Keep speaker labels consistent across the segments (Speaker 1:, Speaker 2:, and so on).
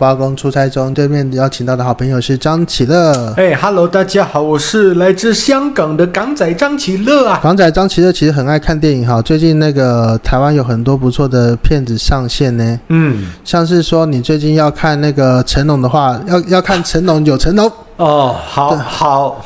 Speaker 1: 八公出差中，对面邀请到的好朋友是张启乐。
Speaker 2: 哎、h e l l o 大家好，我是来自香港的港仔张启乐啊。
Speaker 1: 港仔张启乐其实很爱看电影哈，最近那个台湾有很多不错的片子上线呢，
Speaker 2: 嗯，
Speaker 1: 像是说你最近要看那个成龙的话，要要看成龙有成龙，
Speaker 2: 哦，好好，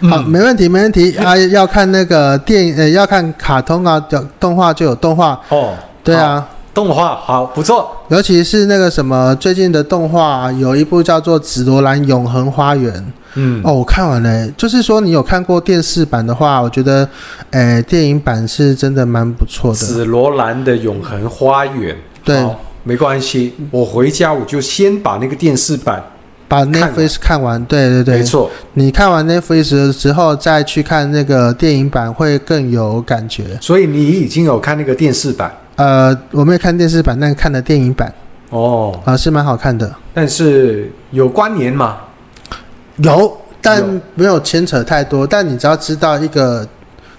Speaker 2: 嗯
Speaker 1: 好，没问题没问题啊，要看那个电影，呃，要看卡通啊，有动画就有动画，
Speaker 2: 哦，
Speaker 1: 对啊，
Speaker 2: 好，动画好不错，
Speaker 1: 尤其是那个什么最近的动画啊、有一部叫做《紫罗兰永恒花园》。
Speaker 2: 嗯，
Speaker 1: 哦，我看完了。就是说，你有看过电视版的话，我觉得，诶、电影版是真的蛮不错的。
Speaker 2: 紫罗兰的永恒花园，
Speaker 1: 对
Speaker 2: 好，没关系，我回家我就先把那个电视版，
Speaker 1: 把
Speaker 2: 看完
Speaker 1: Netflix 看完，对对
Speaker 2: 没
Speaker 1: 对，
Speaker 2: 错，
Speaker 1: 你看完 Netflix 之后再去看那个电影版会更有感觉。
Speaker 2: 所以你已经有看那个电视版
Speaker 1: 呃，我没有看电视版，但看了电影版，
Speaker 2: 哦，
Speaker 1: 啊、是蛮好看的。
Speaker 2: 但是有关联嘛？
Speaker 1: 有，但
Speaker 2: 有
Speaker 1: 没有牵扯太多。但你只要知道一个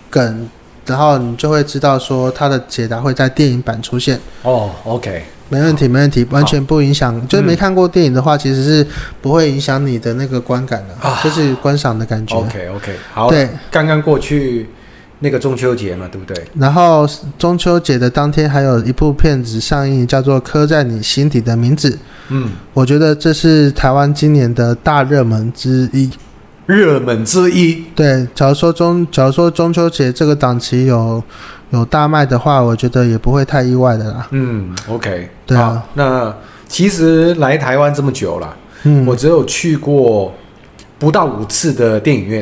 Speaker 1: 梗，然后你就会知道说它的解答会在电影版出现。
Speaker 2: 哦，OK，
Speaker 1: 没问题，没问题，完全不影响。就是
Speaker 2: 嗯
Speaker 1: 没看过电影的话，其实是不会影响你的那个观感的、
Speaker 2: 啊
Speaker 1: 就是观赏的感觉。
Speaker 2: OK OK，好，
Speaker 1: 对，
Speaker 2: 刚刚过去那个中秋节嘛，对不对？
Speaker 1: 然后中秋节的当天还有一部片子上映，叫做《刻在你心底的名字》，
Speaker 2: 嗯，
Speaker 1: 我觉得这是台湾今年的大热门之一。
Speaker 2: 热门之一，
Speaker 1: 对，假如说中，假如说中秋节这个档期有有大卖的话，我觉得也不会太意外的啦。
Speaker 2: 嗯，OK，
Speaker 1: 对啊
Speaker 2: 好那其实来台湾这么久了，
Speaker 1: 嗯，
Speaker 2: 我只有去过不到五次的电影院，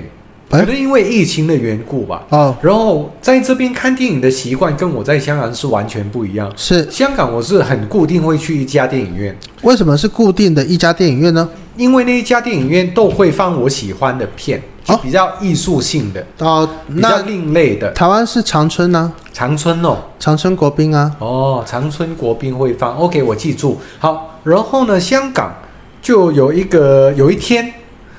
Speaker 1: 哎
Speaker 2: 可能因为疫情的缘故吧。
Speaker 1: 哦，
Speaker 2: 然后在这边看电影的习惯跟我在香港是完全不一样。
Speaker 1: 是
Speaker 2: 香港我是很固定会去一家电影院，
Speaker 1: 为什么是固定的一家电影院呢？
Speaker 2: 因为那一家电影院都会放我喜欢的片，就
Speaker 1: 哦
Speaker 2: 比较艺术性的、
Speaker 1: 哦，
Speaker 2: 比较
Speaker 1: 那
Speaker 2: 另类的。
Speaker 1: 台湾是长春呢、
Speaker 2: 长春哦，
Speaker 1: 长春国宾啊，
Speaker 2: 哦，长春国宾会放，OK，我记住。好，然后呢，香港就有一个有一天，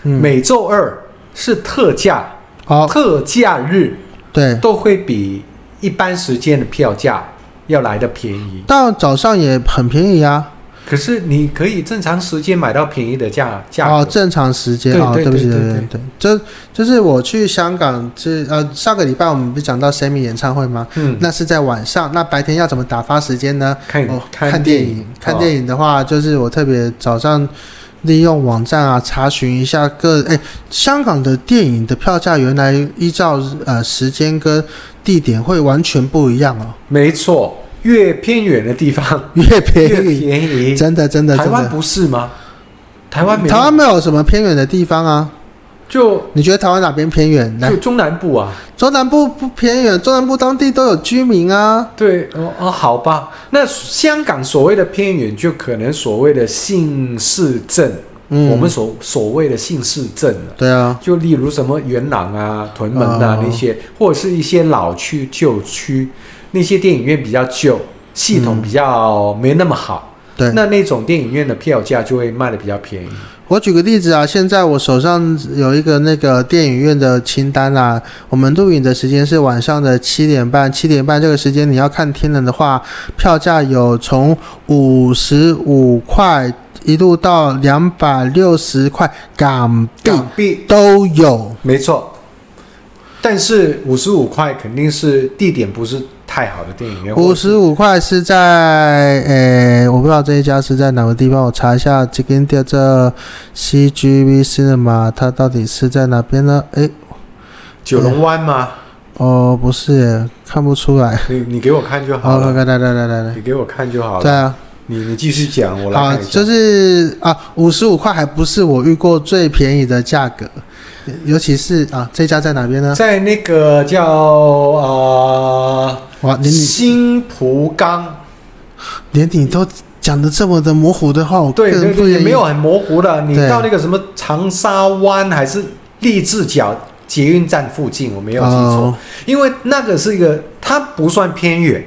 Speaker 1: 嗯，
Speaker 2: 每周二是特价，
Speaker 1: 好、
Speaker 2: 特价日
Speaker 1: 对，
Speaker 2: 都会比一般时间的票价要来的便宜。
Speaker 1: 但早上也很便宜啊，
Speaker 2: 可是你可以正常时间买到便宜的价价格。
Speaker 1: 哦，正常时间
Speaker 2: 对
Speaker 1: 哦，
Speaker 2: 对
Speaker 1: 对不起，
Speaker 2: 对
Speaker 1: 对
Speaker 2: 对
Speaker 1: 对对，这就是我去香港是呃上个礼拜我们不是讲到 Sammy 演唱会吗？
Speaker 2: 嗯，
Speaker 1: 那是在晚上，那白天要怎么打发时间呢？
Speaker 2: 看、
Speaker 1: 哦，
Speaker 2: 看
Speaker 1: 电
Speaker 2: 电
Speaker 1: 影，看
Speaker 2: 影哦
Speaker 1: 电影的话，就是我特别早上利用网站啊查询一下各哎，香港的电影的票价原来依照呃时间跟地点会完全不一样哦
Speaker 2: 哦，没错，越偏远的地方
Speaker 1: 越 便
Speaker 2: 越
Speaker 1: 宜，
Speaker 2: 便宜。
Speaker 1: 真的真的
Speaker 2: 台
Speaker 1: 真
Speaker 2: 湾
Speaker 1: 的。
Speaker 2: 不是吗？台湾没有
Speaker 1: 台湾没有什么偏远的地方啊，
Speaker 2: 就
Speaker 1: 你觉得台湾哪边偏远？来
Speaker 2: 就，中南部啊。
Speaker 1: 中南部不偏远，中南部当地都有居民啊。
Speaker 2: 对哦哦，好吧，那香港所谓的偏远，就可能所谓的姓氏镇，
Speaker 1: 嗯，
Speaker 2: 我们所所谓的姓氏镇了，
Speaker 1: 对啊，
Speaker 2: 就例如什么元朗啊、屯门啊、
Speaker 1: 哦
Speaker 2: 那些，或者是一些老区、旧区，那些电影院比较旧，系统比较没那么好，
Speaker 1: 嗯对。
Speaker 2: 那那种电影院的票价就会卖的比较便宜。
Speaker 1: 我举个例子啊，现在我手上有一个那个电影院的清单啦、我们录影的时间是晚上的七点半，七点半这个时间你要看《天人》的话，票价有从五十五块一路到两百六十块港币
Speaker 2: 港币
Speaker 1: 都有。
Speaker 2: 没错，但是五十五块肯定是地点不是太好的电影院，
Speaker 1: 五十五块是在，诶、我不知道这一家是在哪个地方，我查一下这间店这 CGV Cinema 它到底是在哪边呢？诶、
Speaker 2: 九龙湾吗？
Speaker 1: 哦，不是耶，看不出来。
Speaker 2: 你你给我看就 好
Speaker 1: 好，
Speaker 2: 了，
Speaker 1: 来来来来来来，
Speaker 2: 你给我看就好
Speaker 1: 对
Speaker 2: 了。
Speaker 1: 啊，
Speaker 2: 你你继续讲，我来
Speaker 1: 好，
Speaker 2: 看一下。
Speaker 1: 就是啊，五十五块还不是我遇过最便宜的价格，尤其是啊，这家在哪边呢？
Speaker 2: 在那个叫呃
Speaker 1: 哇，连你
Speaker 2: 新浦冈，
Speaker 1: 连你都讲的这么的模糊的话，我
Speaker 2: 对
Speaker 1: 更
Speaker 2: 对
Speaker 1: 不
Speaker 2: 对，也
Speaker 1: 愿意。
Speaker 2: 没有很模糊的。你
Speaker 1: 对
Speaker 2: 到那个什么长沙湾还是荔枝角捷运站附近，我没有记错
Speaker 1: 哦，，
Speaker 2: 因为那个是一个它不算偏远，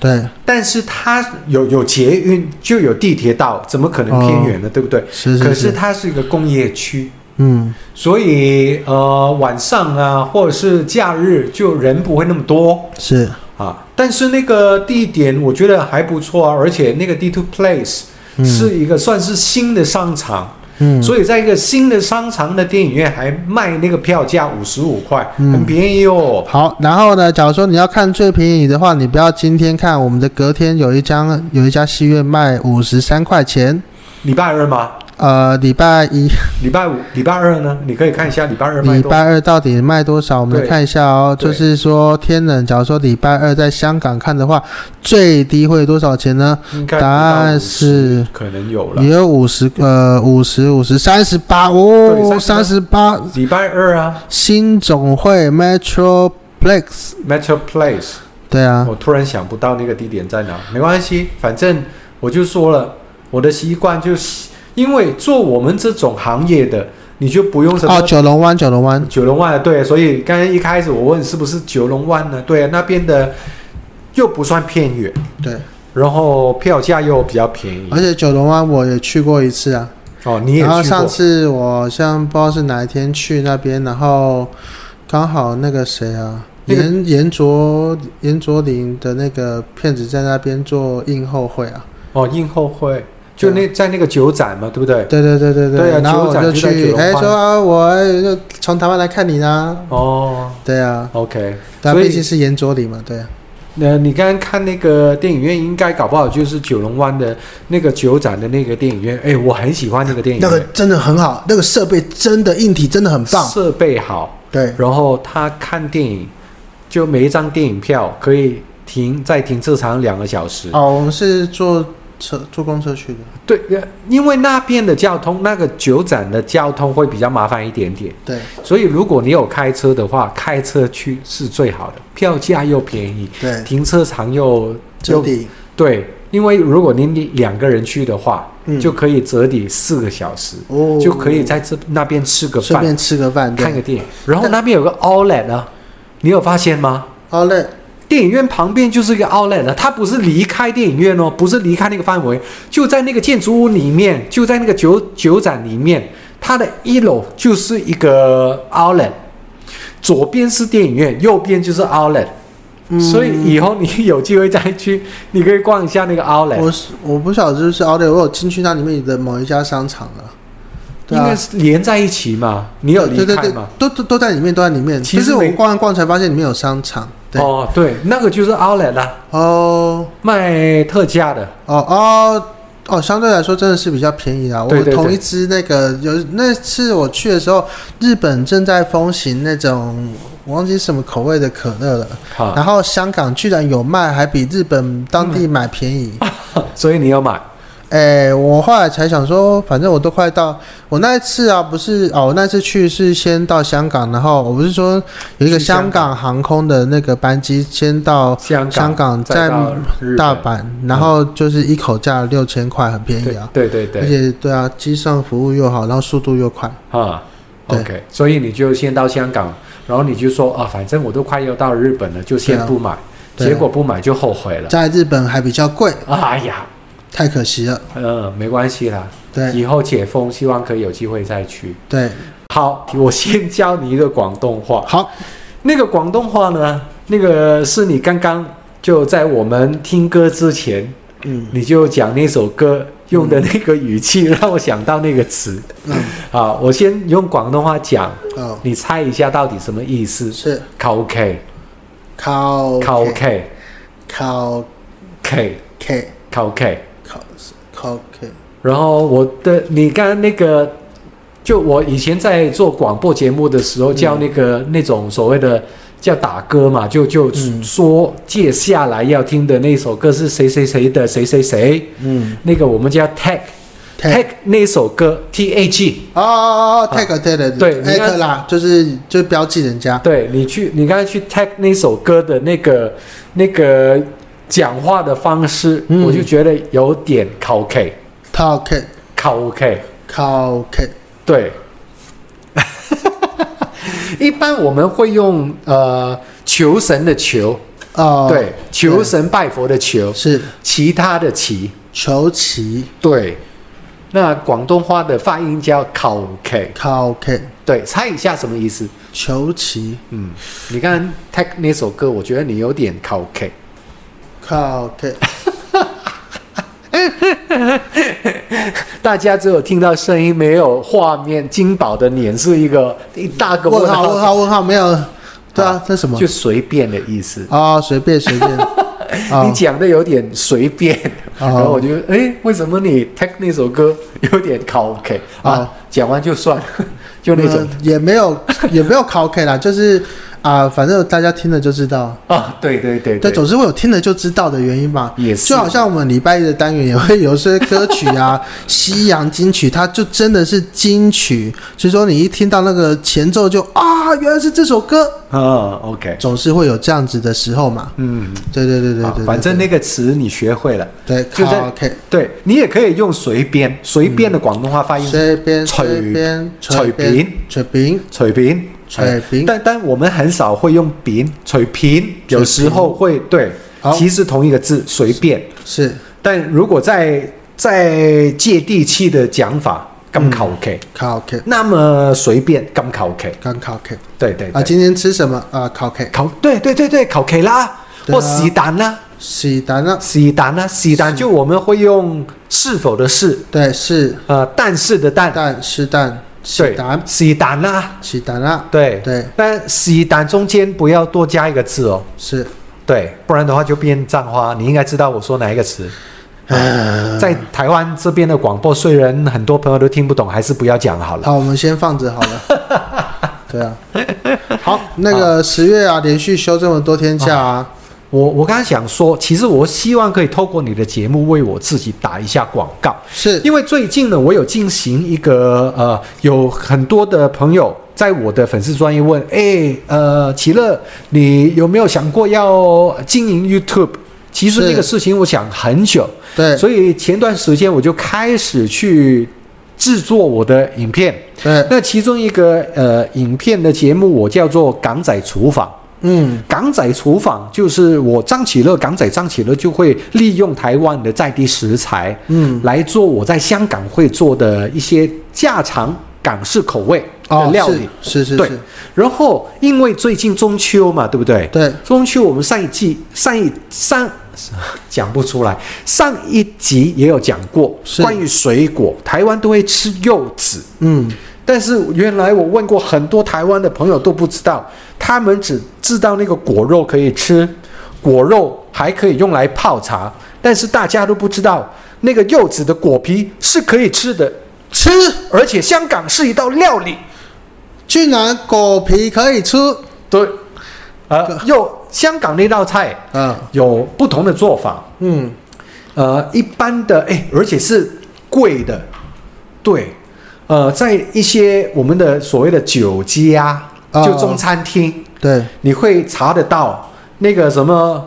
Speaker 1: 对，
Speaker 2: 但是它有有捷运就有地铁道，怎么可能偏远呢？对不对？
Speaker 1: 哦是
Speaker 2: 可
Speaker 1: 是
Speaker 2: 是
Speaker 1: 是，
Speaker 2: 它是一个工业区。
Speaker 1: 嗯，
Speaker 2: 所以呃晚上啊，或者是假日，就人不会那么多
Speaker 1: 是
Speaker 2: 啊。但是那个地点我觉得还不错啊，而且那个 D2 Place
Speaker 1: 嗯
Speaker 2: 是一个算是新的商场，
Speaker 1: 嗯，
Speaker 2: 所以在一个新的商场的电影院还卖那个票价五十五块，
Speaker 1: 嗯
Speaker 2: 很便宜哦。
Speaker 1: 好，然后呢？假如说你要看最便宜的话，你不要今天看，我们的隔天有一张有一家戏院卖五十三块钱，
Speaker 2: 礼拜二吗？
Speaker 1: 呃，礼拜一、
Speaker 2: 礼拜五、礼拜二呢？你可以看一下礼拜二卖
Speaker 1: 礼
Speaker 2: 多少。
Speaker 1: 拜二到底卖多少？我们来
Speaker 2: 对
Speaker 1: 看一下哦。
Speaker 2: 对
Speaker 1: 就是说，天冷，假如说礼拜二在香港看的话，最低会多少钱呢？
Speaker 2: 应该
Speaker 1: 答案
Speaker 2: 不到50
Speaker 1: 是
Speaker 2: 可能有了。
Speaker 1: 也有五十，呃，五十五十三十八哦，
Speaker 2: 对
Speaker 1: 三十八。
Speaker 2: 礼拜二啊
Speaker 1: 新总会 Metroplex，
Speaker 2: ，Metro Place，、
Speaker 1: 对啊，
Speaker 2: 我突然想不到那个地点在哪，没关系，反正我就说了，我的习惯就是因为做我们这种行业的，你就不用什么
Speaker 1: 哦，九龙湾，九龙湾，
Speaker 2: 九龙湾的，对，所以刚才一开始我问是不是九龙湾呢？对，那边的又不算偏远，
Speaker 1: 对，
Speaker 2: 然后票价又比较便宜
Speaker 1: 而。且九龙湾我也去过一次啊。
Speaker 2: 哦，你也
Speaker 1: 然后
Speaker 2: 去
Speaker 1: 上
Speaker 2: 过？
Speaker 1: 次我好像不知道是哪一天去那边，然后刚好那个谁啊，
Speaker 2: 那个
Speaker 1: 严严卓严卓林的那个骗子在那边做映后会啊。
Speaker 2: 哦，映后会就
Speaker 1: 嗯
Speaker 2: 那在那个酒展嘛，对不对？
Speaker 1: 对对对对
Speaker 2: 对啊
Speaker 1: 然后
Speaker 2: 九
Speaker 1: 我
Speaker 2: 展
Speaker 1: 就
Speaker 2: 就在
Speaker 1: 去，
Speaker 2: 九龙
Speaker 1: 哎，
Speaker 2: 湾
Speaker 1: 说啊，我就从台湾来看你啦。
Speaker 2: 哦
Speaker 1: 对啊，
Speaker 2: ，OK，
Speaker 1: 但
Speaker 2: 所以
Speaker 1: 毕竟是严卓林嘛，对啊。
Speaker 2: 那、你刚刚看那个电影院，应该搞不好就是九龙湾的那个酒展的那个电影院。哎，我很喜欢那个电影
Speaker 1: 那
Speaker 2: 院，
Speaker 1: 个真的很好，那个设备真的硬体真的很棒。
Speaker 2: 设备好，
Speaker 1: 对，
Speaker 2: 然后他看电影，就每一张电影票可以停在停车场两个小时。
Speaker 1: 哦，我们是坐车坐公车去的。
Speaker 2: 对，呃因为那边的交通，那个九展的交通会比较麻烦一点点，
Speaker 1: 对
Speaker 2: 所以如果你有开车的话，开车去是最好的，票价又便宜，
Speaker 1: 对，
Speaker 2: 停车场又
Speaker 1: 折
Speaker 2: 又
Speaker 1: 抵。
Speaker 2: 对，因为如果你两个人去的话，
Speaker 1: 嗯
Speaker 2: 就可以折抵四个小时，
Speaker 1: 哦
Speaker 2: 就可以在这那边吃个
Speaker 1: 顺
Speaker 2: 饭，
Speaker 1: 便吃个饭，
Speaker 2: 看个电影。然后那边有个 Outlet 啊，你有发现吗？
Speaker 1: 好嘞，
Speaker 2: 电影院旁边就是一个 outlet 了，它不是离开电影院哦，不是离开那个范围，就在那个建筑物里面，就在那个酒酒展里面，它的一楼就是一个 outlet，左边是电影院，右边就是 outlet，、
Speaker 1: 嗯
Speaker 2: 所以以后你有机会再去，你可以逛一下那个 outlet，
Speaker 1: 我是我不晓得就是奥利，我有进去它里面的某一家商场了，对
Speaker 2: 应该
Speaker 1: 啊，
Speaker 2: 是连在一起嘛，你有离
Speaker 1: 对对
Speaker 2: 开
Speaker 1: 对
Speaker 2: 吗？，
Speaker 1: 都都都在里面，都在里面。
Speaker 2: 其
Speaker 1: 其
Speaker 2: 实
Speaker 1: 实我
Speaker 2: 没
Speaker 1: 逛一逛才发现里面有商场，对，哦
Speaker 2: 哦，对，那个就是 outlet 啦，
Speaker 1: 哦
Speaker 2: 卖特价的，
Speaker 1: 哦哦，相对来说真的是比较便宜啊。我
Speaker 2: 对对对
Speaker 1: 同一只那个有那次我去的时候，日本正在风行那种我忘记什么口味的可乐了，
Speaker 2: 哈，
Speaker 1: 然后香港居然有卖，还比日本当
Speaker 2: 嗯
Speaker 1: 地买便宜。
Speaker 2: 所以你要买，
Speaker 1: 哎、我后来才想说，反正我都快到我那一次啊，不是哦，我那次去是先到香港，然后我不是说有一个
Speaker 2: 去香
Speaker 1: 香港航空的那个班机先到
Speaker 2: 香港，
Speaker 1: 哦香港
Speaker 2: 再
Speaker 1: 在
Speaker 2: 到日
Speaker 1: 大
Speaker 2: 本嗯
Speaker 1: 阪，然后就是一口价六千块，很便宜啊，
Speaker 2: 对对对
Speaker 1: 而
Speaker 2: 对，
Speaker 1: 且对啊，机上服务又好，然后速度又快，
Speaker 2: 啊
Speaker 1: 对
Speaker 2: ，OK，所以你就先到香港，然后你就说啊，反正我都快要到日本了，就
Speaker 1: 对啊
Speaker 2: 先不买，
Speaker 1: 对啊
Speaker 2: 结果不买就后悔了。
Speaker 1: 在日本还比较贵，
Speaker 2: 哎呀，
Speaker 1: 太可惜了。
Speaker 2: 呃，没关系啦，
Speaker 1: 对
Speaker 2: 以后解封，希望可以有机会再去。
Speaker 1: 对，
Speaker 2: 好，我先教你一个广东话。
Speaker 1: 好，
Speaker 2: 那个广东话呢，那个是你刚刚就在我们听歌之前，
Speaker 1: 嗯
Speaker 2: 你就讲那首歌用的那个语气，让我想到那个词。
Speaker 1: 嗯
Speaker 2: 好，我先用广东话讲，
Speaker 1: 哦，
Speaker 2: 你猜一下到底什么意思？
Speaker 1: 是
Speaker 2: 考 K
Speaker 1: 考
Speaker 2: 考 K
Speaker 1: 考
Speaker 2: K
Speaker 1: K
Speaker 2: 考 K，
Speaker 1: 考考 K
Speaker 2: 然后我的你刚刚那个，就我以前在做广播节目的时候，叫那个、那种所谓的叫打歌嘛，就就
Speaker 1: 嗯
Speaker 2: 说接下来要听的那首歌是谁谁谁的谁谁谁，
Speaker 1: 嗯
Speaker 2: 那个我们叫 tag tag 那首歌 T A G，
Speaker 1: 哦哦哦哦，tag tag
Speaker 2: 啊对你
Speaker 1: tag
Speaker 2: 看
Speaker 1: 哎啦，就是就标记人家，
Speaker 2: 对你去你刚才去 tag 那首歌的那个那个讲话的方式，
Speaker 1: 嗯
Speaker 2: 我就觉得有点考 K。
Speaker 1: 靠 K
Speaker 2: 考 OK，
Speaker 1: 靠 K，
Speaker 2: 对。 一般我们会用呃求神的求，
Speaker 1: 哦，
Speaker 2: 对，求神拜佛的求，
Speaker 1: 是
Speaker 2: 其他的其，
Speaker 1: 求其
Speaker 2: 对。那广东话的发音叫考 K，
Speaker 1: 靠 K，
Speaker 2: 对，猜一下什么意思？
Speaker 1: 求其
Speaker 2: 嗯，你看 Tech 那首歌，我觉得你有点 考 K，
Speaker 1: 靠 K，
Speaker 2: 大家只有听到声音，没有画面。金宝的脸是一个一大个
Speaker 1: 问
Speaker 2: 问
Speaker 1: 号问
Speaker 2: 号，
Speaker 1: 号问号没有？对啊，这什么？
Speaker 2: 就随便的意思。
Speaker 1: 啊，随便随便。
Speaker 2: 你
Speaker 1: 啊
Speaker 2: 讲的有点随便，
Speaker 1: 哦
Speaker 2: 然后我就哎，为什么你 take 那首歌 有点 k OK
Speaker 1: 哦
Speaker 2: 啊？讲完就算， 就那种
Speaker 1: 嗯也没有也没有 OK 啦，就是啊、反正大家听了就知道。
Speaker 2: 啊，对对对
Speaker 1: 对，，总是会有听了就知道的原因嘛。
Speaker 2: 也是
Speaker 1: 就好像我们礼拜一的单元也会有些歌曲 啊，西洋金曲，它就真的是金曲，所以说你一听到那个前奏就啊，原来是这首歌，
Speaker 2: 啊 OK，
Speaker 1: 总是会有这样子的时候嘛。
Speaker 2: 嗯，
Speaker 1: 对对对对对
Speaker 2: 好
Speaker 1: 对，
Speaker 2: 反正那个词你学会了，
Speaker 1: 对，
Speaker 2: 就在
Speaker 1: OK，
Speaker 2: 对你也可以用随便随便的广东话发音
Speaker 1: 随便
Speaker 2: 脆
Speaker 1: 随便
Speaker 2: 脆
Speaker 1: 便
Speaker 2: 饼
Speaker 1: 随便
Speaker 2: 随便
Speaker 1: 脆饼
Speaker 2: 但但我们很少会用扁随便，有时候会对
Speaker 1: 好，
Speaker 2: 其实同一个字随便。
Speaker 1: 是
Speaker 2: 但如果在在接地气的讲法，咁求其，
Speaker 1: 卡 OK，
Speaker 2: 那么随便咁求其，
Speaker 1: 刚卡 OK
Speaker 2: 对对
Speaker 1: 啊，
Speaker 2: 对，
Speaker 1: 今天吃什么啊？卡 OK，
Speaker 2: 求对对对对求其啦，
Speaker 1: 对啊
Speaker 2: 或是但啦，
Speaker 1: 喜达呢？
Speaker 2: 是但啦，是但就我们会用是否的是，
Speaker 1: 对，是
Speaker 2: 呃，但是的但，
Speaker 1: 蛋是蛋，喜
Speaker 2: 对
Speaker 1: 达，
Speaker 2: 是但啦，
Speaker 1: 喜达啦，
Speaker 2: 对
Speaker 1: 对，
Speaker 2: 但是但中间不要多加一个字哦，
Speaker 1: 是。
Speaker 2: 对，不然的话就变脏话。你应该知道我说哪一个词。
Speaker 1: 嗯
Speaker 2: 在台湾这边的广播，虽然很多朋友都听不懂，还是不要讲好了。
Speaker 1: 好，我们先放着好了。 对啊，好，那个十月啊，连续休这么多天假啊，
Speaker 2: 我我刚刚想说，其实我希望可以透过你的节目为我自己打一下广告，
Speaker 1: 是
Speaker 2: 因为最近呢，我有进行一个呃，有很多的朋友在我的粉丝专业问，哎，呃，奇乐，你有没有想过要经营 YouTube？其实
Speaker 1: 是
Speaker 2: 这个事情我想很久，
Speaker 1: 对
Speaker 2: 所以前段时间我就开始去制作我的影片。
Speaker 1: 对，
Speaker 2: 那其中一个呃影片的节目，我叫做《港仔厨房》。
Speaker 1: 嗯，
Speaker 2: 港仔厨房就是我张启乐，港仔张启乐就会利用台湾的在地食材，
Speaker 1: 嗯，
Speaker 2: 来做我在香港会做的一些家常港式口味的
Speaker 1: 哦，
Speaker 2: 料理。
Speaker 1: 是是是
Speaker 2: 对
Speaker 1: 是，，
Speaker 2: 然后因为最近中秋嘛，对不对？
Speaker 1: 对，
Speaker 2: 中秋我们上一季上一上 讲不出来，上一集也有讲过
Speaker 1: 是
Speaker 2: 关于水果，台湾都会吃柚子。
Speaker 1: 嗯，
Speaker 2: 但是原来我问过很多台湾的朋友都不知道，他们只知道那个果肉可以吃，果肉还可以用来泡茶，但是大家都不知道那个柚子的果皮是可以吃的，
Speaker 1: 吃
Speaker 2: 而且香港是一道料理。
Speaker 1: 居然果皮可以吃，
Speaker 2: 对，呃，柚香港那道菜
Speaker 1: 嗯
Speaker 2: 有不同的做法，
Speaker 1: 嗯，
Speaker 2: 呃，一般的哎，而且是贵的，对，呃，在一些我们的所谓的酒家，
Speaker 1: 哦
Speaker 2: 就中餐厅，
Speaker 1: 对，
Speaker 2: 你会查得到那个什么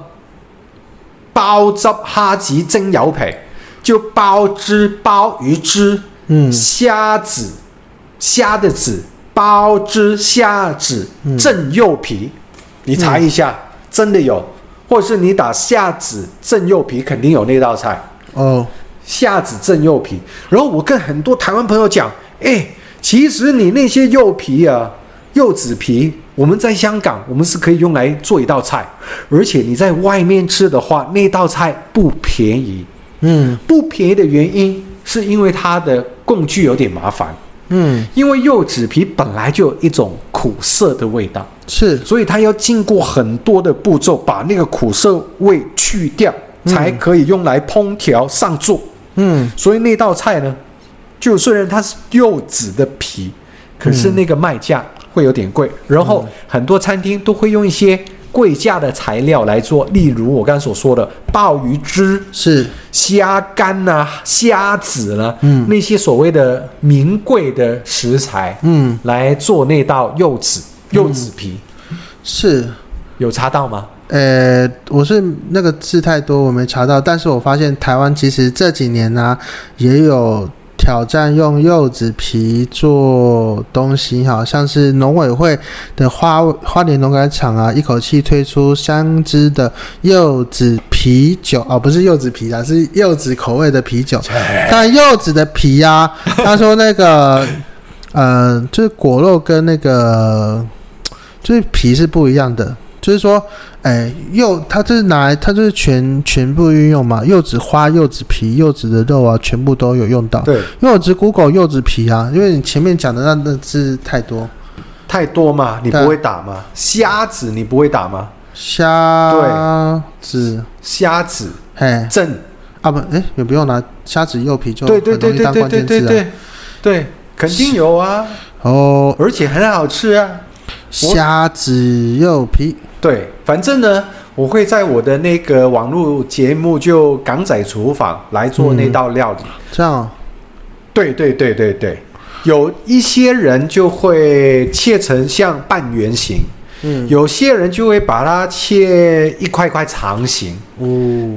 Speaker 2: 包汁虾子蒸油皮，就包汁、鲍鱼汁、
Speaker 1: 嗯
Speaker 2: 虾子、虾的子、包汁、虾子
Speaker 1: 嗯
Speaker 2: 正柚皮，你查一下，真的有，或者是你打虾子正柚皮，肯定有那道菜。
Speaker 1: 哦，
Speaker 2: 虾子正柚皮。然后我跟很多台湾朋友讲，哎，其实你那些柚皮啊、柚子皮，我们在香港我们是可以用来做一道菜，而且你在外面吃的话，那道菜不便宜。
Speaker 1: 嗯
Speaker 2: 不便宜的原因是因为它的工具有点麻烦，
Speaker 1: 嗯，
Speaker 2: 因为柚子皮本来就有一种苦涩的味道，
Speaker 1: 是
Speaker 2: 所以它要经过很多的步骤，把那个苦涩味去掉，才可以用来烹调上桌。
Speaker 1: 嗯
Speaker 2: 所以那道菜呢，就虽然它是柚子的皮，可是那个卖价会有点贵。然后
Speaker 1: 嗯
Speaker 2: 很多餐厅都会用一些贵价的材料来做，例如我刚才所说的鲍鱼汁、
Speaker 1: 是
Speaker 2: 虾干呐、虾子啦、
Speaker 1: 嗯
Speaker 2: 那些所谓的名贵的食材
Speaker 1: 嗯
Speaker 2: 来做那道柚子柚子皮，
Speaker 1: 是，
Speaker 2: 有查到吗？
Speaker 1: 呃，我是那个字太多，我没查到，但是我发现台湾其实这几年呢、也有挑战用柚子皮做东西，好像是农委会的花花莲农改场啊，一口气推出三支的柚子啤酒哦，不是柚子皮啊，是柚子口味的啤酒。但柚子的皮呀、 他说那个，呃，就是果肉跟那个就是皮是不一样的。就是说，哎，柚它就是拿来，它就是全全部运用嘛，柚子花、柚子皮、柚子的肉啊，全部都有用到。
Speaker 2: 对，
Speaker 1: 因为我只 Google 柚子皮啊，因为你前面讲的那那字太多，
Speaker 2: 太多嘛，你
Speaker 1: 对
Speaker 2: 不会打吗？虾子你不会打吗？
Speaker 1: 虾子，
Speaker 2: 虾子
Speaker 1: 嘿
Speaker 2: 正，
Speaker 1: 啊不，哎也不用拿虾子柚皮就
Speaker 2: 对对
Speaker 1: 很
Speaker 2: 对
Speaker 1: 容易
Speaker 2: 对
Speaker 1: 当
Speaker 2: 对
Speaker 1: 关
Speaker 2: 对
Speaker 1: 键
Speaker 2: 对
Speaker 1: 字啊。
Speaker 2: 对，对，肯定有啊，
Speaker 1: 哦，
Speaker 2: 而且很好吃啊。我
Speaker 1: 虾子柚皮，
Speaker 2: 对，反正呢，我会在我的那个网络节目就《港仔厨房》来
Speaker 1: 嗯
Speaker 2: 做那道料理。
Speaker 1: 这样哦
Speaker 2: 对对对对对，有一些人就会切成像半圆形，
Speaker 1: 嗯，
Speaker 2: 有些人就会把它切一块块长形。
Speaker 1: 哦，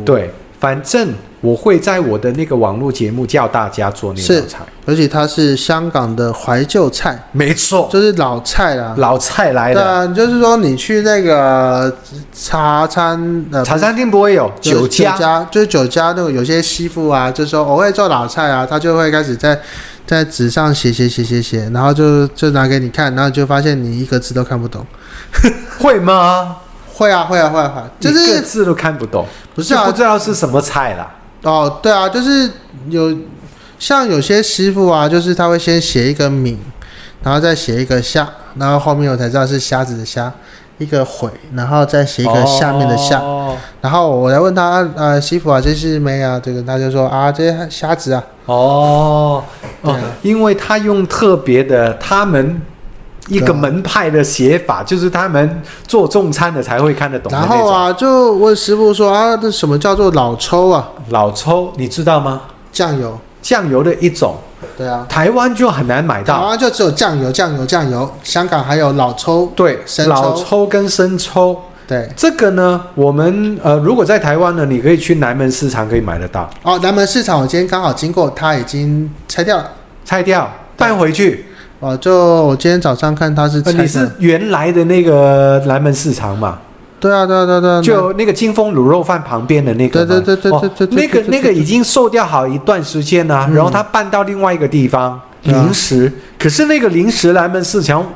Speaker 2: 对，反正我会在我的那个网络节目教大家做那道
Speaker 1: 是
Speaker 2: 菜。
Speaker 1: 而且它是香港的怀旧菜，
Speaker 2: 没错，
Speaker 1: 就是老菜啦。
Speaker 2: 老菜来
Speaker 1: 对
Speaker 2: 了。
Speaker 1: 啊，就是说你去那个茶餐呃
Speaker 2: 茶餐厅不会有
Speaker 1: 就是
Speaker 2: 酒家，
Speaker 1: 家就是酒家那个有些媳妇啊，就说我会做老菜啊，他就会开始在在纸上写写写写写，然后就就拿给你看，然后就发现你一个字都看不懂。
Speaker 2: 会吗？
Speaker 1: 会啊会啊会啊，会啊就
Speaker 2: 一个
Speaker 1: 是
Speaker 2: 字都看不懂，
Speaker 1: 不是
Speaker 2: 就
Speaker 1: 啊
Speaker 2: 不知道是什么菜啦。
Speaker 1: 哦对啊，就是有像有些师傅啊，就是他会先写一个米，然后再写一个虾，然后后面我才知道是虾子的虾，一个悔，然后再写一个下面的下。
Speaker 2: 哦
Speaker 1: 然后我来问他，啊呃，媳妇啊，这是没啊？这个他就说啊，这是虾子啊，
Speaker 2: 哦
Speaker 1: 对
Speaker 2: 哦
Speaker 1: 啊，
Speaker 2: 因为他用特别的他们一
Speaker 1: 对
Speaker 2: 个
Speaker 1: 啊
Speaker 2: 门派的写法，就是他们做中餐的才会看得懂的
Speaker 1: 然
Speaker 2: 那
Speaker 1: 后
Speaker 2: 种。
Speaker 1: 啊，就问师傅说啊，这什么叫做老抽啊？
Speaker 2: 老抽你知道吗？
Speaker 1: 酱油，
Speaker 2: 酱油的一种，
Speaker 1: 对啊，
Speaker 2: 台湾就很难买
Speaker 1: 台
Speaker 2: 到。
Speaker 1: 湾就只有酱油，酱油，酱油。香港还有老抽，
Speaker 2: 对，
Speaker 1: 生抽
Speaker 2: 老抽跟生抽
Speaker 1: 对，
Speaker 2: 这个呢，我们呃，如果在台湾呢，你可以去南门市场可以买得到，
Speaker 1: 哦，南门市场我今天刚好经过，它已经拆掉了。
Speaker 2: 拆掉
Speaker 1: 对
Speaker 2: 带回去。
Speaker 1: 哦，就我今天早上看它是
Speaker 2: 呃
Speaker 1: 拆
Speaker 2: 你是
Speaker 1: 的，
Speaker 2: 原来的那个南门市场嘛？
Speaker 1: 对啊，对啊，对啊，对啊，
Speaker 2: 就那个金丰卤肉饭旁边的那个
Speaker 1: 对
Speaker 2: 吗，
Speaker 1: 对对对
Speaker 2: 哦
Speaker 1: 对对对
Speaker 2: 那个
Speaker 1: 对对
Speaker 2: 那个已经售掉好一段时间了、
Speaker 1: 嗯
Speaker 2: 然后他搬到另外一个地方
Speaker 1: 对啊
Speaker 2: 零食，可是那个零食南门市场，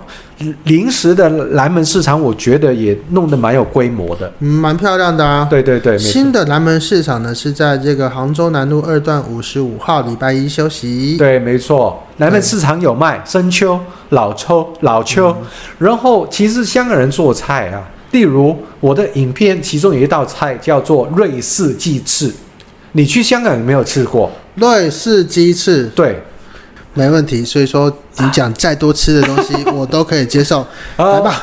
Speaker 2: 零食的南门市场，我觉得也弄得蛮有规模的。
Speaker 1: 嗯蛮漂亮的啊。
Speaker 2: 对对对，没错
Speaker 1: 新的南门市场呢是在这个杭州南路二段五十五号，礼拜一休息。
Speaker 2: 对，没错，南门市场有卖生秋、老抽、老秋，
Speaker 1: 嗯
Speaker 2: 然后其实香港人做菜啊，例如我的影片其中有一道菜叫做瑞士鸡翅，你去香港有没有吃过？
Speaker 1: 瑞士鸡翅，
Speaker 2: 对，
Speaker 1: 没问题，所以说你讲再多吃的 东西，我都可以接受。来
Speaker 2: 呃，
Speaker 1: 吧，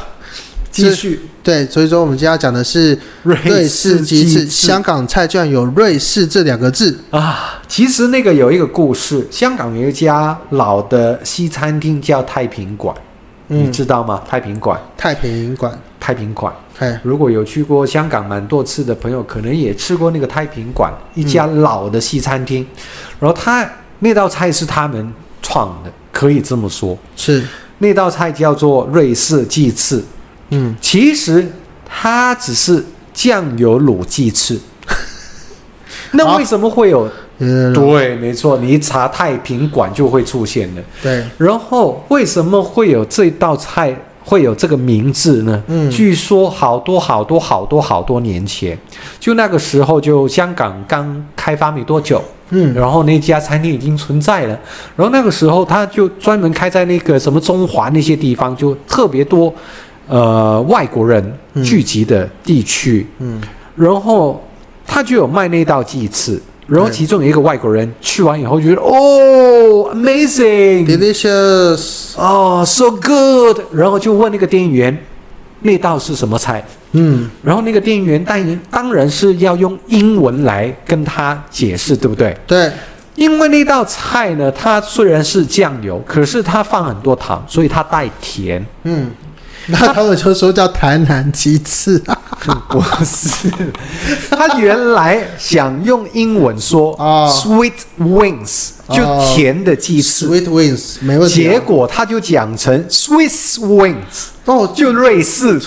Speaker 2: 继续
Speaker 1: 对，所以说我们今天要讲的是瑞士鸡翅，香港菜居然有瑞士这两个字。
Speaker 2: 啊。其实那个有一个故事，香港有一家老的西餐厅叫太平馆，你
Speaker 1: 嗯，
Speaker 2: 知道吗？太平馆，
Speaker 1: 太平馆，
Speaker 2: 太平馆。
Speaker 1: 嘿，
Speaker 2: 如果有去过香港蛮多次的朋友，可能也吃过那个太平馆一家老的西餐厅，然后他那道菜是他们创的，可以这么说。
Speaker 1: 是，
Speaker 2: 那道菜叫做瑞士鸡翅，
Speaker 1: 嗯，
Speaker 2: 其实它只是酱油卤鸡翅。那为什么会有？
Speaker 1: 呃，
Speaker 2: 对，没错，你一查太平馆就会出现的。
Speaker 1: 对，
Speaker 2: 然后为什么会有这道菜会有这个名字呢？
Speaker 1: 嗯
Speaker 2: 据说好多好多好多好多年前，就那个时候就香港刚开发没多久，
Speaker 1: 嗯，
Speaker 2: 然后那家餐厅已经存在了，然后那个时候他就专门开在那个什么中华那些地方，就特别多，呃，外国人
Speaker 1: 嗯
Speaker 2: 聚集的地区，
Speaker 1: 嗯，
Speaker 2: 然后他就有卖那道鸡翅。然后
Speaker 1: 对
Speaker 2: 其中有一个外国人去完以后觉得哦，amazing，
Speaker 1: 嗯 delicious，
Speaker 2: 哦，so good，然后就问那个店员，那道是什么菜？
Speaker 1: 嗯，
Speaker 2: 然后那个店员当然当然是要用英文来跟他解释，对不对？
Speaker 1: 对，
Speaker 2: 因为那道菜呢，它虽然是酱油，可是它放很多糖，所以它带甜。
Speaker 1: 嗯，那他们就说叫台南鸡翅，
Speaker 2: 不是，他原来想用英文说
Speaker 1: 哦
Speaker 2: sweet wings，就
Speaker 1: 哦
Speaker 2: 甜的鸡翅，
Speaker 1: ，sweet wings，没问题
Speaker 2: 结
Speaker 1: 啊。
Speaker 2: 果他就讲成 Swiss wings。
Speaker 1: 哦，
Speaker 2: 就瑞士，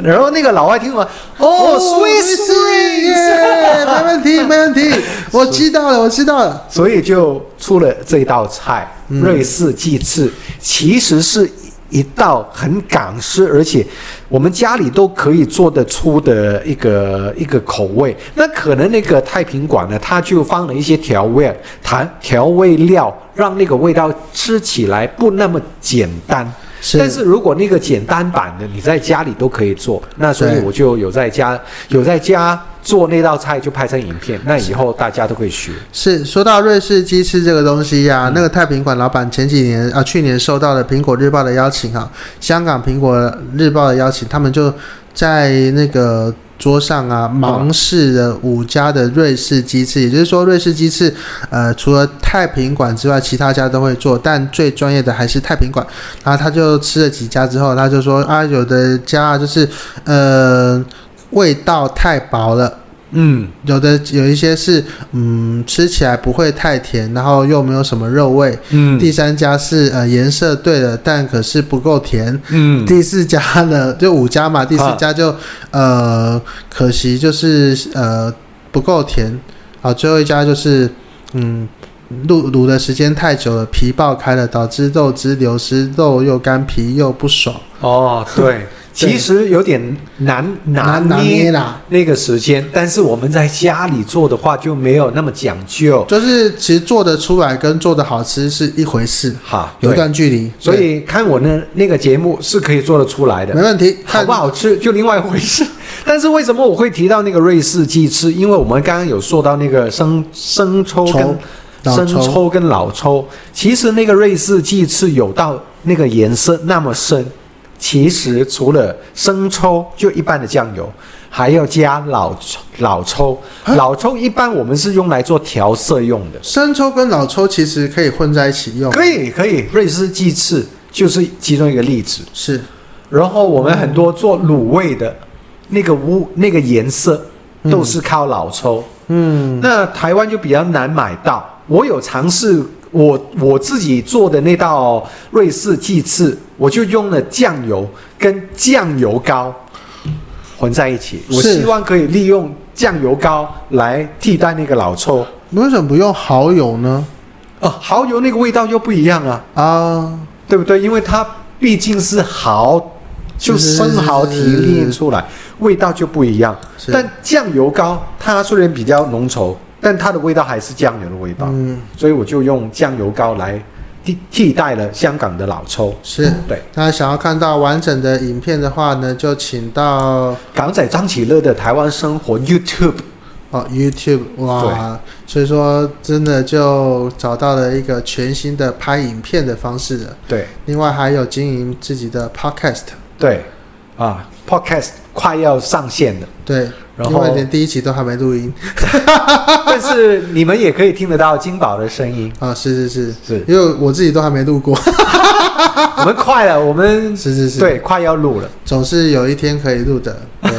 Speaker 2: 然后那个老外听完，哦，Swiss wings，
Speaker 1: 耶，没问题，没问 题，我知道了，我知道了。
Speaker 2: 嗯所以就出了这道菜——瑞士鸡翅，其实是一道很港式，而且我们家里都可以做得出的一个一个口味。那可能那个太平馆呢，它就放了一些调味糖、调味料，让那个味道吃起来不那么简单。
Speaker 1: 是
Speaker 2: 但是如果那个简单版的，你在家里都可以做，那所以
Speaker 1: 对
Speaker 2: 我就有在家有在家做那道菜，就拍成影片，那以后大家都可以学。
Speaker 1: 是说到瑞士鸡翅这个东西呀、那个太平馆老板前几年啊，去年收到了苹果日报的邀请啊，香港苹果日报的邀请，他们就在那个桌上啊，盲试了五家的瑞士鸡翅，也就是说瑞士鸡翅，呃，除了太平馆之外，其他家都会做，但最专业的还是太平馆。然后他就吃了几家之后，他就说啊，有的家就是呃味道太薄了。
Speaker 2: 嗯，
Speaker 1: 有的有一些是，嗯，吃起来不会太甜，然后又没有什么肉味。
Speaker 2: 嗯
Speaker 1: 第三家是呃颜色对了，但可是不够甜。
Speaker 2: 嗯，啊
Speaker 1: 第四家呢，就五家嘛，第四家就、呃可惜就是呃不够甜。好，最后一家就是嗯卤卤的时间太久了，皮爆开了，导致肉汁流失，肉又干皮又不爽，
Speaker 2: 哦，对， 其实有点难拿
Speaker 1: 难拿
Speaker 2: 捏
Speaker 1: 捏啦。
Speaker 2: 那个时间，但是我们在家里做的话就没有那么讲究。
Speaker 1: 就是其实做得出来跟做得好吃是一回事，
Speaker 2: 哈，
Speaker 1: 有一
Speaker 2: 对，
Speaker 1: 段距离。
Speaker 2: 所以看我那那个节目是可以做得出来的。
Speaker 1: 没问题，
Speaker 2: 好
Speaker 1: 看
Speaker 2: 不好吃就另外一回事。但是为什么我会提到那个瑞士鸡翅？因为我们刚刚有说到那个生生抽
Speaker 1: 抽
Speaker 2: 跟
Speaker 1: 老
Speaker 2: 生
Speaker 1: 抽
Speaker 2: 抽跟老抽，其实那个瑞士鸡翅有到那个颜色那么深，其实除了生抽就一般的酱油，还要加老抽老抽。
Speaker 1: 啊
Speaker 2: 老抽一般我们是用来做调色用的。
Speaker 1: 生抽跟老抽其实可以混在一起用，
Speaker 2: 可以可以，瑞士鸡翅就是其中一个例子。
Speaker 1: 是
Speaker 2: 然后我们很多做卤味的，那个屋那个颜色都是靠老抽，
Speaker 1: 嗯
Speaker 2: 那台湾就比较难买到。我有尝试我我自己做的那道瑞士鸡翅，我就用了酱油跟酱油膏混在一起，我
Speaker 1: 是
Speaker 2: 希望可以利用酱油膏来替代那个老抽。
Speaker 1: 为什么不用蚝油呢？
Speaker 2: 哦，蚝油那个味道又不一样啊，
Speaker 1: 啊，
Speaker 2: 对不对？因为它毕竟是蚝，就是生蚝提炼
Speaker 1: 是
Speaker 2: 出来，味道就不一样。
Speaker 1: 是
Speaker 2: 但酱油膏它虽然比较浓稠，但它的味道还是酱油的味道，
Speaker 1: 嗯
Speaker 2: 所以我就用酱油膏来替替代了香港的老抽。
Speaker 1: 是。
Speaker 2: 对，
Speaker 1: 那想要看到完整的影片的话呢，就请到
Speaker 2: 港仔张启乐的《台湾生活》YouTube，
Speaker 1: 哦 YouTube 哇，所以说真的就找到了一个全新的拍影片的方式了。
Speaker 2: 对
Speaker 1: 另外还有经营自己的 Podcast，
Speaker 2: 对，啊，Podcast 快要上线了。
Speaker 1: 对，
Speaker 2: 然
Speaker 1: 因为
Speaker 2: 后
Speaker 1: 连第一集都还没录音
Speaker 2: 但是你们也可以听得到金宝的声音，
Speaker 1: 啊，是是是，
Speaker 2: 是
Speaker 1: 因为我自己都还没录过，
Speaker 2: 我们快了，我们
Speaker 1: 是是是，
Speaker 2: 对快要录了。
Speaker 1: 总是有一天可以录的。 对，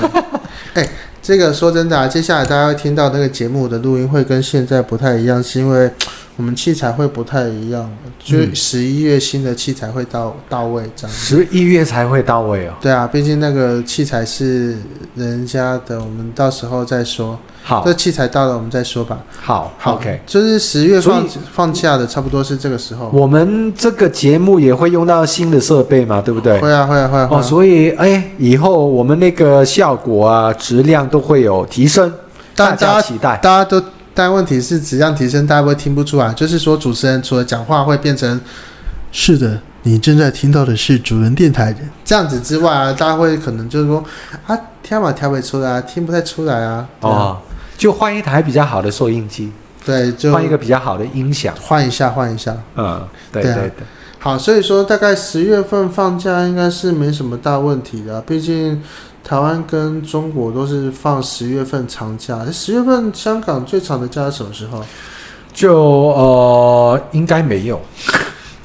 Speaker 1: 哎、这个说真的啊，接下来大家会听到那个节目的录音会跟现在不太一样，是因为我们器材会不太一样，就是
Speaker 2: 嗯
Speaker 1: 十一月新的器材会到到位这样。
Speaker 2: 十一月才会到位哦。
Speaker 1: 对啊，毕竟那个器材是人家的，我们到时候再说。
Speaker 2: 好
Speaker 1: 这，器材到了，我们再说吧。
Speaker 2: 好，OK。
Speaker 1: 就是十月
Speaker 2: 所以
Speaker 1: 放放假的，差不多是这个时候。
Speaker 2: 我们这个节目也会用到新的设备嘛，对不对？
Speaker 1: 会啊，会啊，会啊。会
Speaker 2: 哦，
Speaker 1: 啊
Speaker 2: 所以哎，以后我们那个效果啊、质量都会有提升，大
Speaker 1: 但大
Speaker 2: 家
Speaker 1: 家
Speaker 2: 期待。
Speaker 1: 大家都，但问题是质量提升，大家会听不出来。就是说，主持人除了讲话会变成，是的，你正在听到的是主人电台这样子之外啊，大家会可能就是说啊，听嘛听不出来啊，听不太出来啊。对啊，
Speaker 2: 哦，就换一台比较好的收音机，
Speaker 1: 对，就
Speaker 2: 换一个比较好的音响。
Speaker 1: 换一下，换一下。
Speaker 2: 嗯，对
Speaker 1: 对
Speaker 2: 对
Speaker 1: 啊
Speaker 2: 对，
Speaker 1: 好，所以说大概十月份放假应该是没什么大问题的啊，毕竟台湾跟中国都是放十月份长假。十月份香港最长的假是什么时候？
Speaker 2: 就呃，应该没有。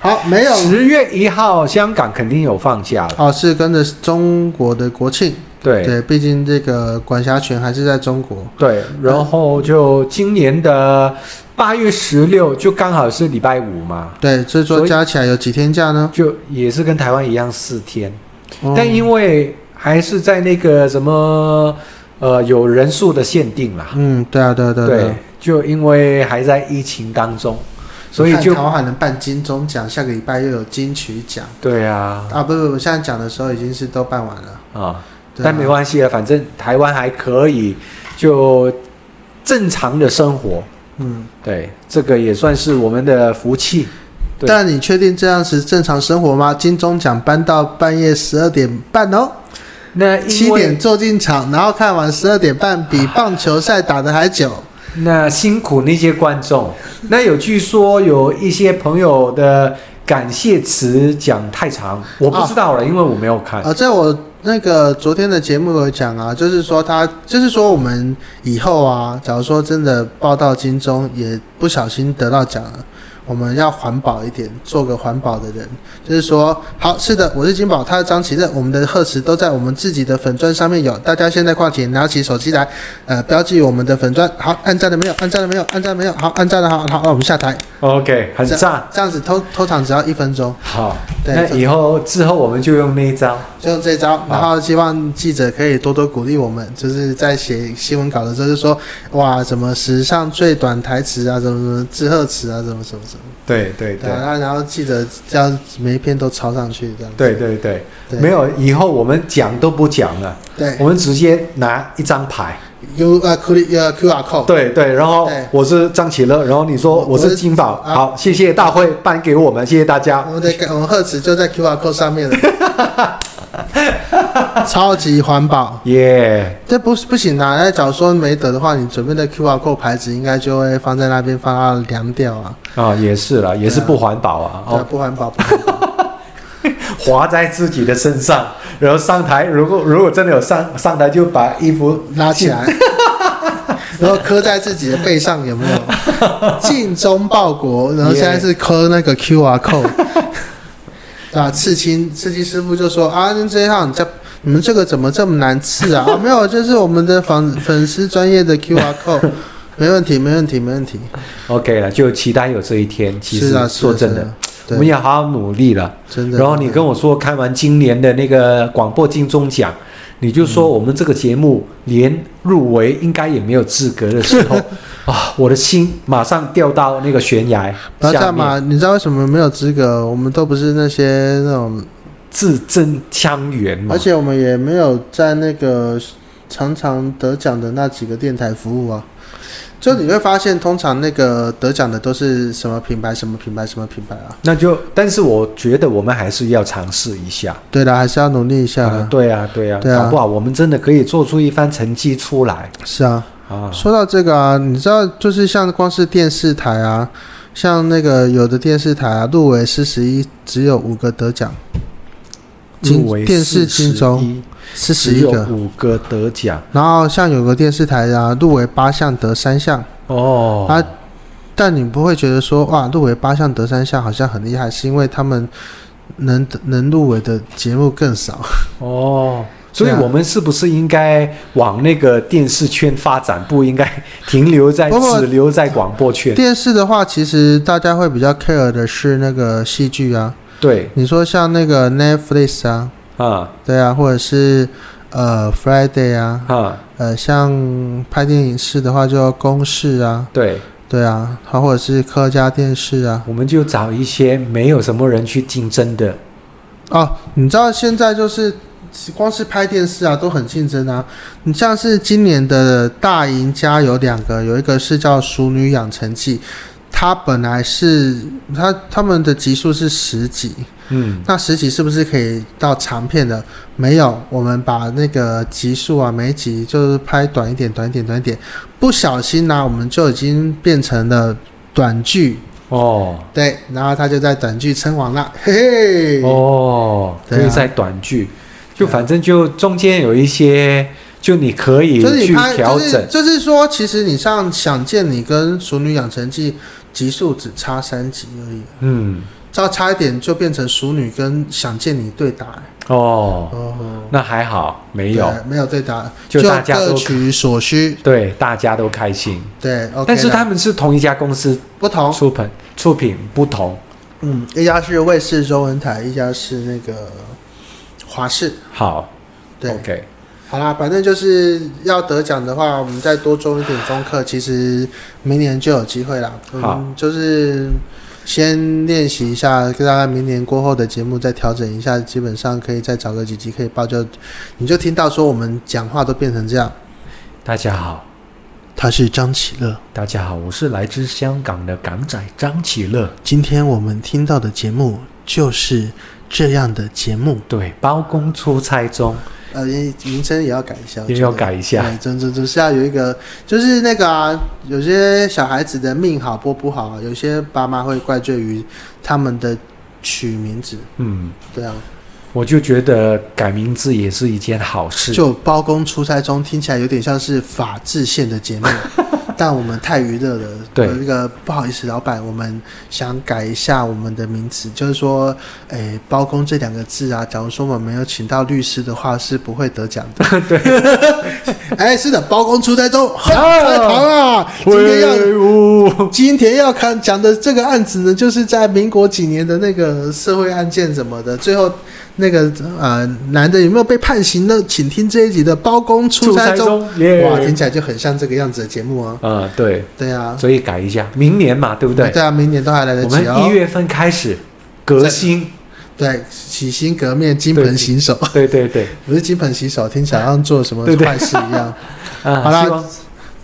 Speaker 1: 好，没有
Speaker 2: 十月一号，香港肯定有放假了。
Speaker 1: 哦，是跟着中国的国庆，
Speaker 2: 对
Speaker 1: 毕竟这个管辖权还是在中国。
Speaker 2: 对，然后就今年的八月十六，就刚好是礼拜五嘛。
Speaker 1: 对，所以
Speaker 2: 所
Speaker 1: 说
Speaker 2: 以
Speaker 1: 加起来有几天假呢？
Speaker 2: 就也是跟台湾一样四天，
Speaker 1: 哦
Speaker 2: 但因为还是在那个什么呃有人数的限定啦，
Speaker 1: 嗯，对啊，对啊对啊对啊
Speaker 2: 就因为还在疫情当中，所以
Speaker 1: 看
Speaker 2: 就
Speaker 1: 台湾还能办金钟奖，下个礼拜又有金曲奖
Speaker 2: 对啊，
Speaker 1: 啊！不不不，现在讲的时候已经是都办完了，
Speaker 2: 啊，
Speaker 1: 对啊
Speaker 2: 但没关系啊，反正台湾还可以，就正常的生活，
Speaker 1: 嗯。
Speaker 2: 对，这个也算是我们的福气。对
Speaker 1: 但你确定这样是正常生活吗？金钟奖搬到半夜十二点半哦，
Speaker 2: 那
Speaker 1: 七
Speaker 2: 因为
Speaker 1: 点坐进场，然后看完十二点半，比棒球赛打得还久。
Speaker 2: 那辛苦那些 观众，那有据说有一些朋友的感谢词讲太长，我不知道
Speaker 1: 哦
Speaker 2: 了，因为我没有看。
Speaker 1: 呃，在我那个昨天的节目有讲啊，就是说他，就是说我们以后啊，假如说真的报到金钟，也不小心得到奖了。我们要环保一点，做个环保的人，就是说，好，是的，我是金宝，他是张奇正，我们的贺词都在我们自己的粉砖上面有，大家现在况且拿起手机来，呃，标记我们的粉砖，好，按赞了没有？按赞了没有？按赞了没有？好，按赞了，好好，那我们下台，
Speaker 2: OK，很赞。
Speaker 1: 这样子偷偷场只要一分钟，
Speaker 2: 好，
Speaker 1: 对
Speaker 2: 那以后之后我们就用那一招。
Speaker 1: 就用这招，然后希望记者可以多多鼓励我们，就是在写新闻稿的时候就说，哇，什么史上最短台词啊，什么什么致贺词啊，什么什么什么，
Speaker 2: 对对
Speaker 1: 对啊，然后记者这样每一篇都抄上去，这样
Speaker 2: 对对对
Speaker 1: 对
Speaker 2: 对，没有，以后我们讲都不讲了，
Speaker 1: 对
Speaker 2: 我们直接拿一张牌。
Speaker 1: ，U 呃 Q 呃 QR code，
Speaker 2: 对对，然后
Speaker 1: 对
Speaker 2: 我是张启乐，然后你说
Speaker 1: 我
Speaker 2: 我
Speaker 1: 我是
Speaker 2: 是金宝，
Speaker 1: 啊嗯
Speaker 2: 好，谢谢大会颁给我们，谢谢大家
Speaker 1: 我。们的我们贺词就在 QR code 上面了， 超级环保。
Speaker 2: 耶、
Speaker 1: 这不是不行啊！那假如说没得的话，你准备的 QR code 牌子应该就会放在那边，放到凉掉啊，
Speaker 2: 啊，也是啦，也是不环保啊，
Speaker 1: 对啊
Speaker 2: 哦，
Speaker 1: 不环保。不环保
Speaker 2: 划在自己的身上，然后上台，如果如果真的有上上台，就把衣服
Speaker 1: 拉起来，然后磕在自己的背上，有没 有？尽忠报国，然后现在是磕那个 QR code，对吧、刺青，刺青师傅就说啊，你这样你这你们这个怎么这么难刺啊？啊没有，就是我们的粉粉丝专业的 QR code，没问题，没问题，没问题。
Speaker 2: OK 了，就期待有这一天。其
Speaker 1: 是
Speaker 2: 实
Speaker 1: 啊，
Speaker 2: 说真的，，我
Speaker 1: 是啊
Speaker 2: 们
Speaker 1: 对，
Speaker 2: 也好好努力了。
Speaker 1: 真的。
Speaker 2: 然后你跟我说看完今年的那个广播金钟奖，你就
Speaker 1: 嗯
Speaker 2: 说我们这个节目连入围应该也没有资格 的时候，啊，我的心马上掉到那个悬崖
Speaker 1: 不要这
Speaker 2: 下
Speaker 1: 样
Speaker 2: 面，
Speaker 1: 嘛，你知道为什么没有资格？我们都不是那些那种
Speaker 2: 字正腔圆嘛
Speaker 1: 而。且我们也没有在那个常常得奖的那几个电台服务啊。就你会发现，通常那个得奖的都是什么品牌、什么品牌、什么品牌啊？
Speaker 2: 那就，但是我觉得我们还是要尝试一下。
Speaker 1: 对的，还是要努力一下
Speaker 2: 啊，
Speaker 1: 啊。
Speaker 2: 对啊，对啊，
Speaker 1: 对啊
Speaker 2: 搞不好我们真的可以做出一番成绩出来
Speaker 1: 是啊，
Speaker 2: 啊。
Speaker 1: 说到这个啊，你知道，就是像光是电视台啊，像那个有的电视台啊，入围四十一，只有五个得奖，金
Speaker 2: 入围
Speaker 1: 电视金钟
Speaker 2: 41
Speaker 1: 四十
Speaker 2: 只
Speaker 1: 一
Speaker 2: 有
Speaker 1: 个。
Speaker 2: 五个得奖
Speaker 1: 然后像有个电视台啊，入围八项得三项。
Speaker 2: 哦。
Speaker 1: 啊但你不会觉得说哇，入围八项得三项好像很厉害，是因为他们能能入围的节目更少。
Speaker 2: 哦，所以
Speaker 1: 对啊
Speaker 2: 我们是不是应该往那个电视圈发展？不应该停留 在
Speaker 1: 不不
Speaker 2: 只留在广播圈？
Speaker 1: 电视的话，其实大家会比较 care 的是那个戏剧啊，
Speaker 2: 对
Speaker 1: 你说像那个 Netflix 啊，
Speaker 2: 啊
Speaker 1: 对啊，或者是呃 Friday 啊，
Speaker 2: 啊，
Speaker 1: 呃，像拍电影视的话就公视啊，
Speaker 2: 对，
Speaker 1: 对啊，好，或者是客家电视啊。
Speaker 2: 我们就找一些没有什么人去竞争的。
Speaker 1: 哦，你知道现在就是光是拍电视啊，都很竞争啊。你像是今年的大赢家有两个，有一个是叫《熟女养成记》，它本来是它他们的集数是十集，
Speaker 2: 嗯，
Speaker 1: 那十集是不是可以到长片的？没有，我们把那个集数啊，每一集就是拍短一点，短一点，短一点。不小心啊呢、我们就已经变成了短剧，
Speaker 2: 哦
Speaker 1: 对，然后他就在短剧称王了，嘿嘿。
Speaker 2: 哦，
Speaker 1: 对啊
Speaker 2: 可以在短剧，就
Speaker 1: 对啊
Speaker 2: 反正就中间有一些，就你可以
Speaker 1: 就是你
Speaker 2: 去
Speaker 1: 拍，
Speaker 2: 调
Speaker 1: 就
Speaker 2: 整
Speaker 1: 是。就是说，其实你像《想见你》跟《熟女养成记》集数只差三集而已，
Speaker 2: 嗯，
Speaker 1: 只要差一点就变成《熟女》跟《想见你》对打、
Speaker 2: 哦，
Speaker 1: 哦，
Speaker 2: 那还好，没有，
Speaker 1: 对没有对打，
Speaker 2: 就大家
Speaker 1: 各
Speaker 2: 都
Speaker 1: 取所需。
Speaker 2: 对大家都开心。
Speaker 1: 对，OK 啦。哦
Speaker 2: 但是他们是同一家公司
Speaker 1: 不同，
Speaker 2: 出品出品不同。
Speaker 1: 嗯，一家是卫视中文台，一家是那个华视。
Speaker 2: 好
Speaker 1: 对
Speaker 2: 哦，OK，
Speaker 1: 好啦，反正就是要得奖的话，我们再多做一点功课，其实明年就有机会啦。
Speaker 2: 好
Speaker 1: 嗯，就是先练习一下，大概明年过后的节目再调整一下，基本上可以再找个几集可以报就，你就听到说我们讲话都变成这样。
Speaker 2: 大家好，
Speaker 1: 他是张启乐，
Speaker 2: 大家好，我是来自香港的港仔张启乐。
Speaker 1: 今天我们听到的节目就是这样的节目，
Speaker 2: 对，包公出差中
Speaker 1: 呃，名称也要改一下，我
Speaker 2: 也
Speaker 1: 觉
Speaker 2: 要
Speaker 1: 得
Speaker 2: 改一下。
Speaker 1: 对，总总总是要有一个，就是那个啊，有些小孩子的命好或不好啊，有些爸妈会怪罪于他们的取名字，
Speaker 2: 嗯，
Speaker 1: 对啊，
Speaker 2: 我就觉得改名字也是一件好事。
Speaker 1: 就包公出差中听起来有点像是法制线的 节目，但我们太娱乐了。
Speaker 2: 对
Speaker 1: 呃那个不好意思，老板，我们想改一下我们的名字，就是说，诶，包公这两个字啊，假如说我们没有请到律师的话，是不会得奖的。 对， 哎，是的，包公出差中，很开堂啊，今天要
Speaker 2: 威武
Speaker 1: 今天要看讲的这个案子呢，就是在民国几年的那个社会案件什么的，最后那个呃男的有没有被判刑呢？请听这一集的包公出差中，
Speaker 2: 耶
Speaker 1: 哇，听起来就很像这个样子的节目啊。
Speaker 2: 啊、对，
Speaker 1: 对啊，
Speaker 2: 所以改一下，明年嘛，对不对？
Speaker 1: 啊，明年都还来得
Speaker 2: 我
Speaker 1: 及
Speaker 2: 们一
Speaker 1: 哦。
Speaker 2: 月份开始革 新，
Speaker 1: 对，洗心革面，金盆洗手，
Speaker 2: 对对对，
Speaker 1: 不是金盆洗手，听起来好像做什么
Speaker 2: 对对
Speaker 1: 坏事一样。
Speaker 2: 啊，
Speaker 1: 好啦
Speaker 2: 希望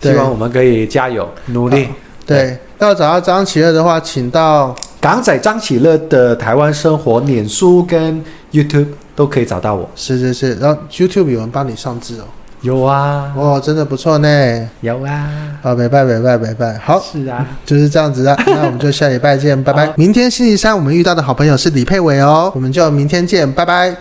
Speaker 1: 对
Speaker 2: 希望我们可以加油努力。
Speaker 1: 对，要找到张启乐的话，请到
Speaker 2: 港仔张启乐的台湾生活，脸书跟 YouTube 都可以找到我。
Speaker 1: 是是是，然后 YouTube 有人帮你上字哦，
Speaker 2: 有啊，
Speaker 1: 哇，真的不错呢。
Speaker 2: 有啊，
Speaker 1: 好，拜拜拜拜拜拜，好。
Speaker 2: 是啊，
Speaker 1: 就是这样子的，那我们就下礼拜见，拜拜
Speaker 2: 好。
Speaker 1: 明天星期三我们遇到的好朋友是李佩伟哦，我们就明天见，拜拜。